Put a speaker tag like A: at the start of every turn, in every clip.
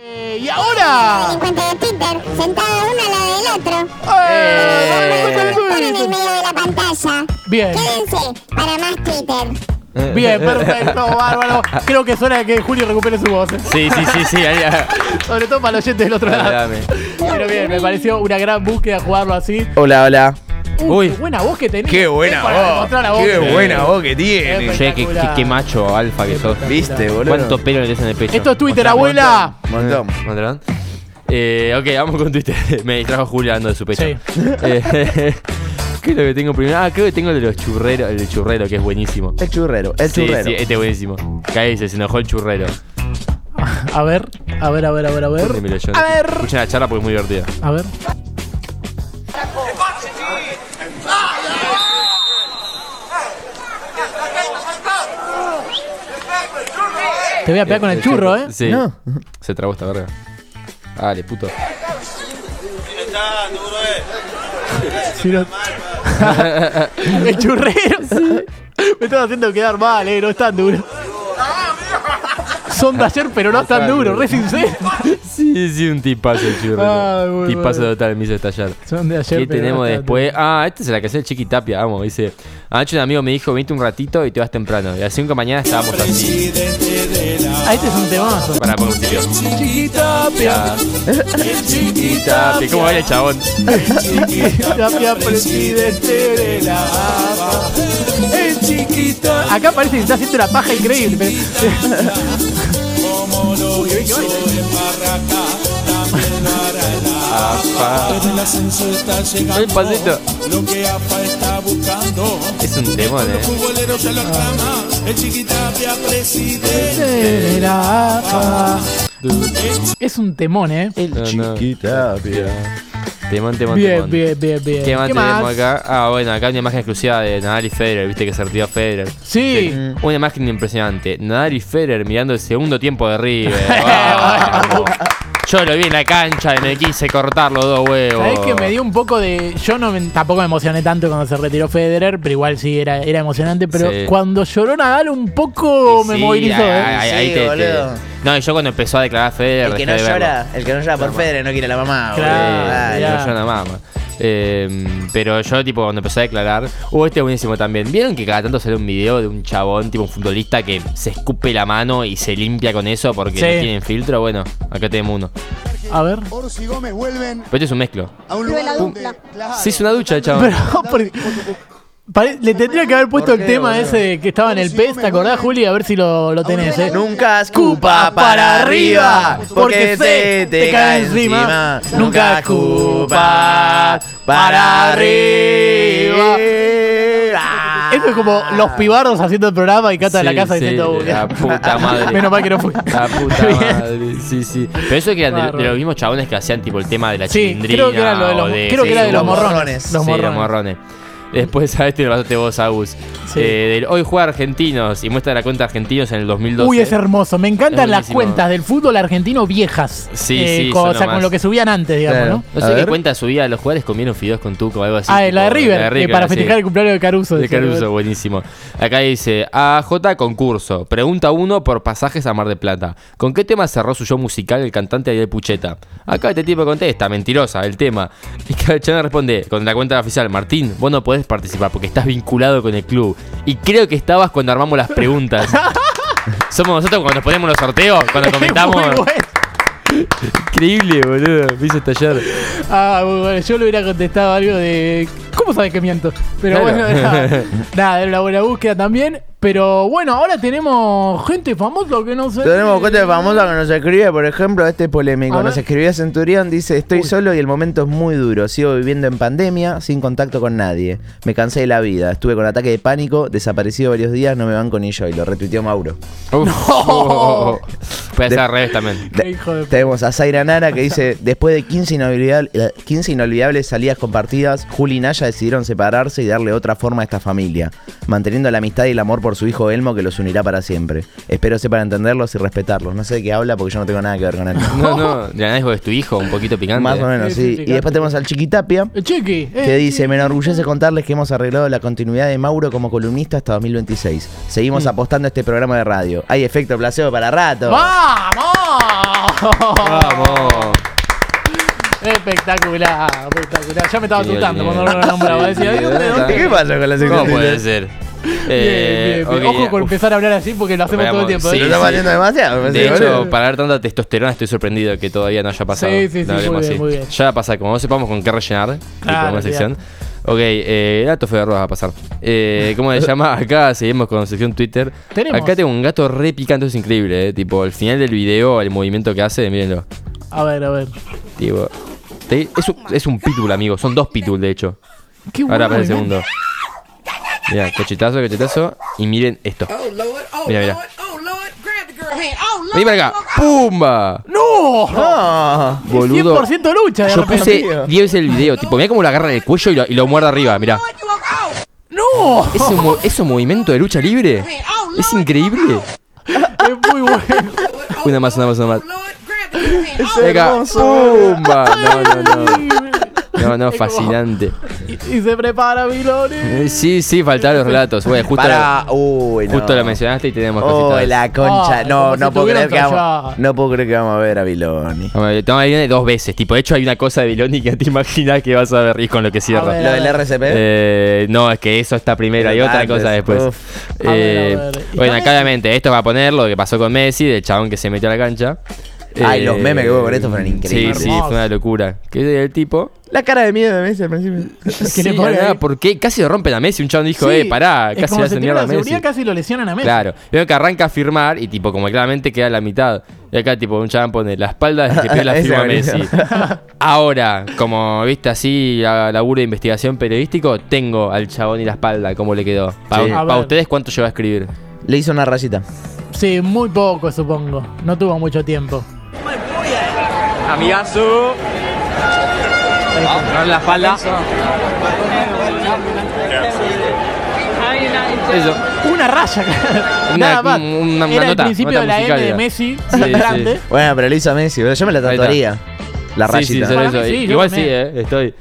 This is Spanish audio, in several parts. A: Eh, y ahora.
B: delincuente de Twitter, sentado uno al lado del otro.
A: Eh,
B: Ahora se ponen en el medio de la pantalla.
A: Bien.
B: Quédense para más Twitter.
A: Bien, perfecto, bárbaro. Creo que es hora de que Julio recupere su voz. eh.
C: Sí, sí, sí, sí. ahí, ah.
A: Sobre todo para los oyentes del otro
C: Dame,
A: lado.
C: dame.
A: Pero bien, me pareció una gran búsqueda jugarlo así.
D: Hola, hola.
A: Uy,
C: Uy.
A: qué buena voz que tenés.
D: Qué
A: Es
D: buena
A: para demostrar la
D: voz. Qué
A: voz.
D: buena voz que
A: Eh,
D: tiene.
C: Che, qué, qué- qué macho alfa que sos.
D: Viste, boludo.
C: ¿Cuánto pelo le tenés en el pecho?
A: Esto es Twitter,
C: Mostrame,
A: abuela.
D: Montón.
C: ¿Mandarán? Eh, ok, vamos con Twitter. Me distrajo Julio hablando de su pecho.
A: Sí.
C: Eh, ¿Qué es lo que tengo primero? Ah, creo que tengo el de los churreros, el de churrero, que es buenísimo.
D: El churrero, el
C: Sí,
D: churrero.
C: sí, este es buenísimo. Caí, dice, se enojó el churrero.
A: A ver, a ver, a ver, a ver, a ver.
C: Me lo- yo-
A: A ver.
C: Escuchen la charla porque es muy divertida.
A: A ver. Te voy a pegar con el churro, ¿eh?
C: Sí.
D: No.
C: Se trabó esta verga. Dale, puto.
A: Sí, no. el churrero, sí. Me están haciendo quedar mal, ¿eh? No es tan duro. Son de ayer, pero no es tan duro, re sincero.
C: Sí, sí, un tipazo el churrero.
A: Ay, Ah, muy
C: tipazo
A: bueno.
C: total, me hizo estallar.
A: Son de ayer,
C: ¿Qué tenemos después? Ah, esta es la que hace el Chiqui Tapia, vamos, dice. Anoche un amigo me dijo, vente un ratito y te vas temprano. Y a las 5 de la mañana estábamos así.
A: Ah, este es un temazo.
C: Para poner un sitio. Chiqui Tapia. ¿Cómo baila el chabón?
A: Tapia, presidente de la AFA. El chiquita. Acá parece que está haciendo una paja increíble. pero- Uy, qué bien que baila.
C: El pasito. Es un temón, eh.
A: De la AFA. Es un temón, eh.
C: No, no.
D: Chiquita,
C: Temón, temón,
A: Bien,
C: temón.
A: bien, bien, bien.
C: ¿Qué más tenemos acá? Ah, bueno, acá una imagen exclusiva de Nadal y Federer, viste que sortió a Federer.
A: Sí.
C: Una imagen impresionante. Nadal y Federer mirando el segundo tiempo de River. Vamos. Yo lo vi en la cancha y me quise cortar los dos huevos.
A: Sabés que me dio un poco de. Yo no me- tampoco me emocioné tanto cuando se retiró Federer, pero igual sí era, era emocionante. Pero
C: Sí.
A: cuando lloró Nadal un poco Oh, me
C: Sí,
A: movilizó.
C: ahí-
A: ¿eh?
C: ahí-
E: Sí,
C: ahí te- te-
E: boludo.
C: No, y yo cuando empezó a declarar Federer.
E: El que no
C: dejé de verlo.
E: llora, el que no llora por Federer no quiere a la mamá, boludo.
A: Claro,
E: Dale.
C: Eh,
A: ya.
C: no, yo nada más. ma. Eh, pero yo, tipo, cuando empecé a declarar, hubo este buenísimo también. ¿Vieron que cada tanto sale un video de un chabón, tipo un futbolista, que se escupe la mano y se limpia con eso porque
A: Sí.
C: no tienen filtro? Bueno, acá tenemos uno.
A: A ver.
F: Orsi y Gómez vuelven
C: Pero este es un mezclo.
F: a un lugar donde... Claro.
C: Se hizo una ducha, el chabón.
A: Pero, porque- pare- le tendría que haber puesto el tema ese de que estaba en el PES, ¿te acordás, Juli? A ver si lo, lo tenés, ¿eh?
E: Nunca escupa para arriba, porque se te cae encima. Nunca escupa para arriba.
A: Eso es como los pibardos haciendo el programa y Cata de la
C: Ah. Sí,
A: casa
C: sí,
A: diciendo. "Uy,
C: La puta madre.
A: Menos mal que no fui.
C: La puta
A: Bien.
C: madre. Sí, sí. Pero eso que eran de- de,
A: Bárbaro.
C: los mismos chabones que hacían, tipo, el tema de la
A: Sí,
C: chilindrina.
A: creo que era lo de los,
C: o de-
A: creo que
C: sí,
A: era de los
E: los
A: morrones.
E: morrones.
A: Los
C: sí,
A: morrones.
C: los morrones. Después a este lo pasaste vos, Agus.
A: Sí.
C: Eh, del hoy juega Argentinos y muestra la cuenta de Argentinos en el 2012.
A: Uy, es hermoso. Me encantan
C: Es
A: las
C: buenísimo.
A: cuentas del fútbol argentino viejas.
C: Sí, sí,
A: con,
C: son
A: o sea,
C: lo
A: con
C: más.
A: lo que subían antes, digamos,
D: Claro.
A: ¿no?
C: No
D: A
C: sé qué
D: ver.
C: cuenta subía. Los jugadores comieron fideos con tuco o algo así.
A: ah,
C: tipo,
A: la de River, eh, para
C: sí.
A: festejar el cumpleaños de Caruso.
C: De
A: decía.
C: Caruso, buenísimo. Acá dice, AJ concurso. Pregunta uno por pasajes a Mar de Plata. ¿Con qué tema cerró su show musical el cantante Ariel Pucheta? Acá este tipo contesta, mentirosa, el tema. Y Cachana responde, con la cuenta oficial, Martín, vos no podés participar porque estás vinculado con el club. Y creo que estabas cuando armamos las preguntas. Somos nosotros cuando nos ponemos los sorteos, cuando comentamos.
A: Muy bueno.
C: Increíble, boludo. Me hizo estallar.
A: Ah, muy bueno. Yo le hubiera contestado algo de. ¿Cómo sabes que miento? Pero
C: Claro.
A: bueno, nada, nada, era una buena búsqueda también. Pero bueno, ahora tenemos gente famosa que no sé.
D: Tenemos gente famosa que nos escribe, por ejemplo, este
A: A
D: polémico.
A: ver.
D: Nos escribía Centurión, dice, estoy
A: Uy.
D: solo y el momento es muy duro. Sigo viviendo en pandemia, sin contacto con nadie. Me cansé de la vida. Estuve con ataque de pánico, desaparecido varios días, no me van con ni yo. Y lo retuiteó Mauro.
C: Uf. Puede ser
D: De-
C: al revés también.
A: Qué hijo de p-
D: Tenemos a Zaira Nara que dice, después de 15, inolvidable- eh, 15 inolvidables salidas compartidas, Juli y Naya decidieron separarse y darle otra forma a esta familia, manteniendo la amistad y el amor por su hijo Elmo que los unirá para siempre. Espero sepan entenderlos y respetarlos. No sé de qué habla porque yo no tengo nada que ver con él.
C: No, no, de la es tu hijo, un poquito picante.
D: Más o
A: Sí,
D: menos,
A: sí,
D: sí.
A: picante.
D: Y después tenemos al Chiquitapia.
A: El Chiqui. eh,
D: Que dice, me enorgullece contarles que hemos arreglado la continuidad de Mauro como columnista hasta Mm. 2026. Seguimos apostando a este programa de radio. Hay efecto placebo para rato.
A: ¡Vamos!
C: Vamos.
A: Espectacular, espectacular. Ya me estaba
C: Genial,
A: asustando
C: genial.
A: cuando no lo nombraba. Decía,
C: Sí,
D: eh,
A: ¿de dónde, de
C: ¿verdad?
A: dónde?
D: ¿Qué pasa con las
C: ¿Cómo
D: expectativas?
C: puede ser?
A: Bien,
C: Eh,
A: bien, bien.
C: ok,
A: Ojo por
C: uf.
A: empezar a hablar así porque lo hacemos todo el
C: Veamos,
A: tiempo.
C: sí,
A: ¿eh?
D: Lo estamos haciendo demasiado. me
C: De
D: parece,
C: hecho,
D: boludo.
C: para dar tanta testosterona estoy sorprendido de que todavía no haya pasado.
A: Sí, sí, sí,
C: No hablemos
A: muy bien,
C: así.
A: muy bien.
C: Ya va a pasar, como no sepamos con qué rellenar,
A: Claro,
C: tipo, una sección. Ok, eh, dato feo de Rodas va a pasar. Eh, ¿Cómo se llama? Acá seguimos con la sección Twitter.
A: Tenemos.
C: Acá tengo un gato re picante, es increíble, eh. Tipo, al final del video, el movimiento que hace, mírenlo.
A: A ver, a ver.
C: Tipo, te- es, un, es un pitbull, amigo. Son dos pitbull, de hecho.
A: Qué
C: Ahora
A: bueno, ¿eh?
C: aparece el
A: ¿no?
C: segundo. Mira, cochetazo, cochetazo. Y miren esto.
A: Oh,
C: Mira, mira. Vení para acá. ¡Pumba!
A: ¡No!
D: No.
C: Boludo.
A: 100% lucha de
C: Yo
A: repente.
C: puse 10 veces el video, tipo, mira cómo lo agarra en el cuello y lo, y lo muerde arriba, mira.
A: ¡No!
C: ¿Es un, mo- es un movimiento de lucha libre? ¿Es increíble?
A: Es muy bueno.
C: Una más, una más, una más.
D: Es
C: Venga,
D: hermoso, boludo.
C: ¡pumba! No, no, no. No, no, fascinante.
A: Y, y se prepara Milone.
C: Eh, Sí, sí, faltaban los relatos. Güey, justo,
D: Para. Uy,
C: lo,
D: no.
C: justo lo mencionaste y tenemos
D: Oh,
C: cositas.
D: la concha.
A: Ah, como
D: no,
A: si
D: no puedo
A: tuvieran
D: creer que
A: callado.
D: vamos. No puedo creer que vamos a ver a Viloni.
C: No, me- no, me viene dos veces. Tipo, de hecho, hay una cosa de Biloni que te imaginas que vas a ver y con lo que
A: A
C: cierra.
A: ver.
D: ¿Lo del RCP?
C: Eh, no, es que eso está primero, hay
D: Pero
C: otra
D: antes,
C: cosa después.
D: uf.
A: A
C: Eh,
A: ver, a ver. ¿Y
C: bueno,
A: con
C: acá obviamente, esto va a poner lo que pasó con Messi, del chabón que se metió a la cancha. Eh,
D: Ay, los memes que hubo con esto fueron increíbles.
C: Sí, sí,
A: Hermoso.
C: fue una locura. Que el tipo.
D: La cara de miedo de Messi al principio.
A: Que le
C: Sí,
A: pone
C: nada,
A: ahí.
C: porque casi lo rompen a Messi. Un chabón dijo,
A: Sí,
C: eh, pará,
A: es
C: casi
A: como
C: le
A: se
C: hacen
A: tiró
C: mierda a
A: la
C: Messi.
A: seguridad, casi lo lesionan a Messi.
C: Claro, veo que arranca a firmar y tipo como claramente queda la mitad. Y acá tipo un chabón pone la espalda desde que pidió la
D: Ese
C: firma a
D: buenísimo.
C: Messi. Ahora, como viste así, la laburo de investigación periodístico, tengo al chabón y la espalda, cómo le quedó. Para,
D: Sí.
A: A ver.
C: ustedes, ¿cuánto lleva a escribir?
D: Le hizo una rayita.
A: Sí, muy poco, supongo. No tuvo mucho tiempo.
G: Amigazo. Vamos, la espalda.
C: Eso.
A: Una raya, claro.
C: Una-
A: Nada más.
C: un- una- una
A: Era el
C: nota,
A: principio
C: nota
A: de la
C: musical
A: N de
C: era.
A: Messi,
C: Sí, sí.
A: grande.
D: Bueno, pero le hizo a Messi. boludo. Yo me la
C: Ahí está.
D: tatuaría. La
C: Sí, sí,
D: rayita.
C: solo
A: Para
C: eso.
A: mí sí, yo
C: Igual sí,
A: también.
C: eh, estoy.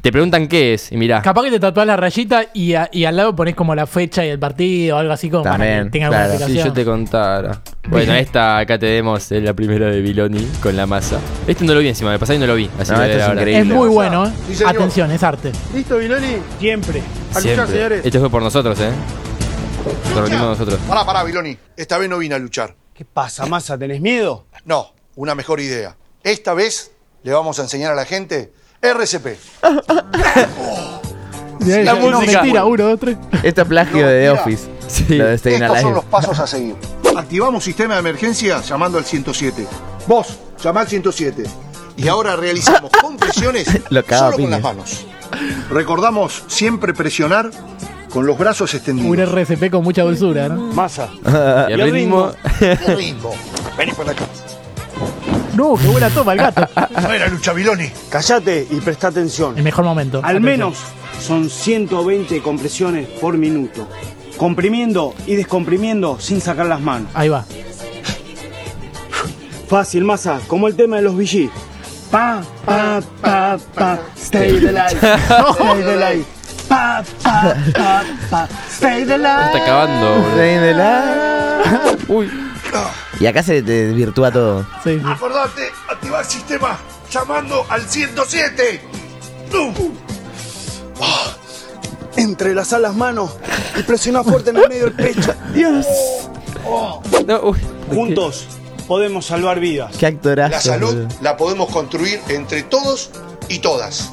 C: Te preguntan qué es, y mirá.
A: Capaz que te tatuás la rayita y, a- y al lado pones como la fecha y el partido o algo así como para que
D: También,
A: tenga alguna
D: claro.
C: Si
A: explicación.
C: yo te contara. Bueno, esta acá tenemos es la primera de Biloni con la masa. Este no lo vi encima, me pasé y no lo vi. Así
D: No,
C: que
D: esto es
C: ahora.
D: increíble.
A: Es muy bueno, ¿eh?
E: Sí, señor.
A: Atención, es arte.
E: ¿Listo, Viloni? Siempre. A
C: Siempre.
E: luchar, señores.
C: Esto fue por nosotros, eh. Lo reunimos nosotros.
H: Pará, pará, Viloni. Esta vez no vine a luchar.
E: ¿Qué pasa, Massa? ¿Tenés miedo?
H: No, una mejor idea. Esta vez le vamos a enseñar a la gente RCP.
A: La
C: música.
A: mentira, uno, dos, tres.
D: Esto es plagio
H: No,
D: de The
H: mira.
D: Office.
C: Sí.
D: Lo de Staying
H: Estos son
D: Alive.
H: los pasos a seguir. Activamos sistema de emergencia llamando al 107. Vos, llamá al 107. Y ahora realizamos compresiones
D: Lo caga
H: solo
D: piña.
H: con las manos. Recordamos siempre presionar con los brazos
A: Un
H: extendidos.
A: RCP con mucha dulzura, ¿no?
E: Massa.
D: Ah,
C: Y
E: Y
C: el
E: el
C: ritmo.
H: Qué ritmo. Vení para acá.
A: No, qué buena toma el gato.
H: No era lucha, Viloni.
E: Callate y presta
A: El
E: atención.
A: mejor momento.
G: Al
A: Atención.
G: menos son 120 compresiones por minuto. Comprimiendo y descomprimiendo sin sacar las manos.
A: Ahí va.
G: Fácil, masa, como el tema de los VG. Pa, pa, pa, pa, stay the light, stay the light. Pa, pa, pa, pa, stay the light.
C: Está acabando, boludo.
D: Staying Alive.
C: Uy.
D: Y acá se te desvirtúa todo.
A: Sí, sí.
H: Acordate, activar sistema llamando al 107. ¡Tum!
G: Entrelazá las manos y presioná fuerte en el medio del pecho.
C: No, uy.
G: Juntos podemos salvar vidas.
D: Qué actorazo.
H: La salud
D: boludo.
H: la podemos construir entre todos y todas.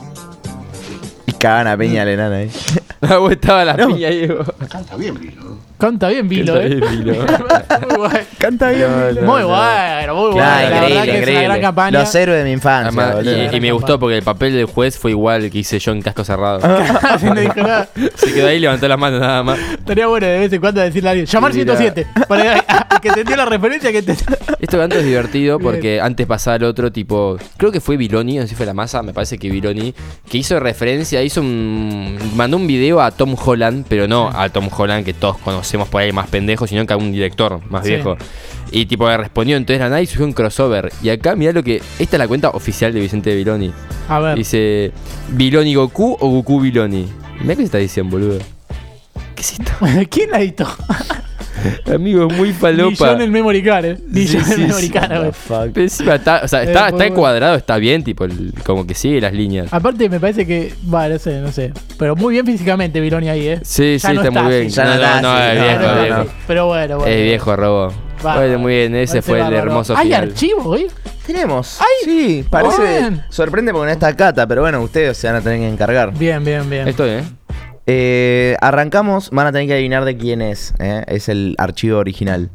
D: Y cagan a Peña eh. Lenana ahí.
C: Ah, vos estaba la piña ahí. vos.
H: Canta bien, Vilo.
A: Canta bien Vilo,
C: Está
A: ¿eh?
C: bien, Vilo.
A: Muy bueno.
D: Canta bien.
A: Muy bueno, muy bueno.
D: Claro,
A: La verdad que
D: increíble,
A: es una gran
D: increíble.
A: campaña.
D: Los héroes de mi infancia,
C: Además,
D: boludo.
C: y, y me gustó porque el papel del juez fue igual al que hice yo en casco cerrado.
D: Ah.
A: Así no dijo nada.
C: Se quedó ahí y levantó las manos nada más.
A: Estaría bueno de vez en cuando decirle a alguien. Llamar
D: Mira.
A: 107. Para que te dio la referencia que te.
C: Esto antes es divertido porque antes pasaba el otro tipo. Creo que fue Viloni, no sé si fue la masa, me parece que Viloni, que hizo referencia, hizo un. mandó un video a Tom Holland, pero no a Tom Holland que todos conocemos por ahí más pendejo, sino que a un director más
A: Sí.
C: viejo. Y tipo le respondió entonces la nada y surgió un crossover. Y acá mirá lo que. Esta es la cuenta oficial de Vicente Viloni.
A: A ver.
C: Dice. ¿Viloni Goku o Goku Viloni? Mirá qué se está diciendo, boludo. ¿Qué es esto?
A: ¿Quién la editó?
C: Amigo, es muy
A: Ni yo
C: falopa.
A: en el memory card, eh. Ni yo en el memory card, güey.
D: Fuck.
C: Pero encima está, o sea,
A: Eh,
C: está,
A: muy
C: está
A: bueno. Ah,
C: cuadrado, está bien, tipo, el- como que sigue las líneas.
A: Aparte me parece que, va, no sé, no sé. Pero muy bien físicamente Viloni ahí, eh.
C: Sí,
A: Ya
C: sí,
A: no
C: está, muy
A: así.
C: bien.
D: Ya no
C: no,
D: está
C: no, no,
D: así,
C: es
D: no,
C: viejo,
D: no,
C: viejo.
D: no.
A: Pero bueno, bueno.
C: Es viejo, robo.
A: Va,
C: Bueno, muy bien,
A: parece
C: ese fue el
A: bárbaro.
C: hermoso
A: Hay
C: final.
A: archivos, güey.
D: Tenemos.
A: Ay,
D: sí, parece.
A: bien.
D: Sorprende porque no está Cata, pero bueno, ustedes se van a tener que encargar.
A: Bien, bien, bien.
C: Esto, ¿eh?
D: Eh, arrancamos, van a tener que adivinar de quién es. ¿eh? Es el archivo original.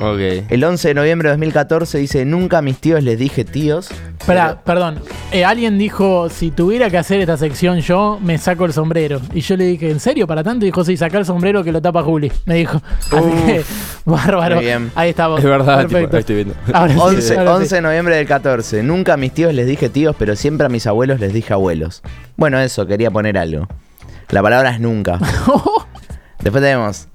C: Ok.
D: El 11 de noviembre de 2014 dice: Nunca a mis tíos les dije tíos.
A: Espera, perdón. Eh, alguien dijo, si tuviera que hacer esta sección yo, me saco el sombrero. Y yo le dije, ¿en serio? ¿Para tanto? Y dijo, sí, saca el sombrero que lo tapa Juli. Me dijo. Así que, bárbaro.
D: Muy bien.
A: Ahí estamos.
C: Es verdad, tipo,
A: Perfecto. Ah,
C: ahí estoy viendo.
A: Ahora sí,
D: 11,
A: ahora sí.
D: 11 de noviembre del 14. Nunca a mis tíos les dije tíos, pero siempre a mis abuelos les dije abuelos. Bueno, eso, quería poner algo. La palabra es nunca. Después tenemos.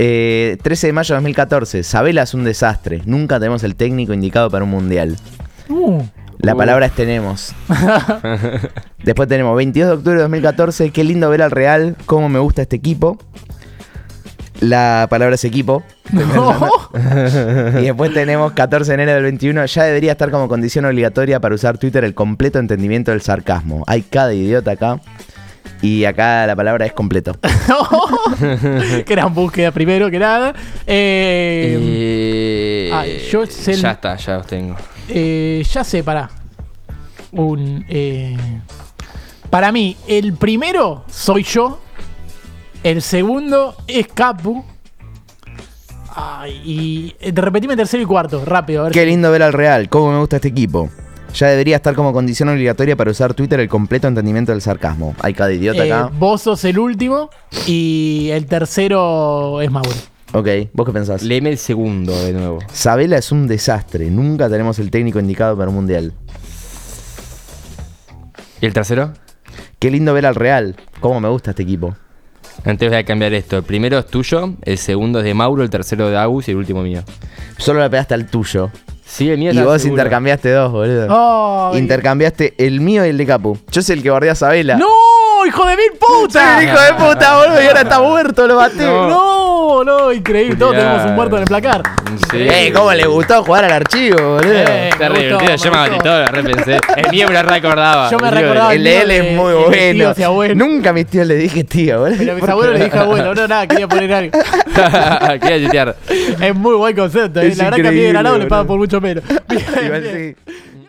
D: eh, 13 de mayo de 2014. Sabela es un desastre. Nunca tenemos el técnico indicado para un mundial.
A: Uh,
D: La palabra es tenemos. Después tenemos 22 de octubre de 2014. Qué lindo ver al Real. Cómo me gusta este equipo. La palabra es equipo.
A: no.
D: Y después tenemos 14 de enero del 21. Ya debería estar como condición obligatoria para usar Twitter el completo entendimiento del sarcasmo. Hay cada idiota acá. Y acá la palabra es completo.
A: Gran búsqueda primero que nada. Eh,
C: Eh,
A: ah, yo sé el-
C: Ya está, ya los tengo.
A: eh, ya sé, pará. Un, eh, para mí, el primero soy yo. El segundo es Capu. Ay, y eh, repetime tercero y cuarto, rápido. A ver
D: Qué lindo ver al Real. Cómo me gusta este equipo. Ya debería estar como condición obligatoria para usar Twitter el completo entendimiento del sarcasmo. Hay cada idiota
A: Eh,
D: acá.
A: vos sos el último y el tercero es Mauro.
D: Ok, ¿vos qué pensás?
C: Léeme el segundo de nuevo.
D: Sabela es un desastre. Nunca tenemos el técnico indicado para un mundial.
C: ¿Y el tercero?
D: Qué lindo ver al Real. Cómo me gusta este equipo.
C: Antes voy a cambiar esto. El primero es tuyo, el segundo es de Mauro, el tercero de Agus y el último mío.
D: Solo le pegaste al tuyo.
C: Sí, el mío
D: Y
C: está
D: vos
C: seguro.
D: intercambiaste dos, boludo.
A: Ay.
D: Intercambiaste el mío y el de Capu. Yo soy el que guardé a Sabela.
A: ¡No! ¡Hijo de mil
D: Soy
A: puta!
D: el hijo de puta, boludo! Y ahora está muerto, lo maté.
A: No, no, increíble. Todos
C: Mirá.
A: tenemos un muerto en el placar.
C: Sí.
D: Eh, cómo le gustó jugar al archivo, boludo.
A: Eh, me
C: Terrible,
A: gustó,
C: tío, yo me
A: gustó.
C: maté todo, repensé. El mío me lo recordaba.
A: Yo me
C: Digo,
A: recordaba
D: el
A: mío
D: de él
A: de-
D: es muy
A: de mis
D: bueno.
A: tíos y abuelos.
D: Nunca a mis tíos le dije tío, boludo.
A: Pero a mis
D: ¿Por
A: abuelos
D: qué?
A: le dije abuelo, no, nada, quería poner algo.
C: Quería chutear.
A: Es muy buen concepto. eh.
D: Es
A: La verdad que a mí de
D: increíble,
A: Granado le paga
D: boludo.
A: por mucho menos. Bien,
D: Igual
A: bien.
D: sí.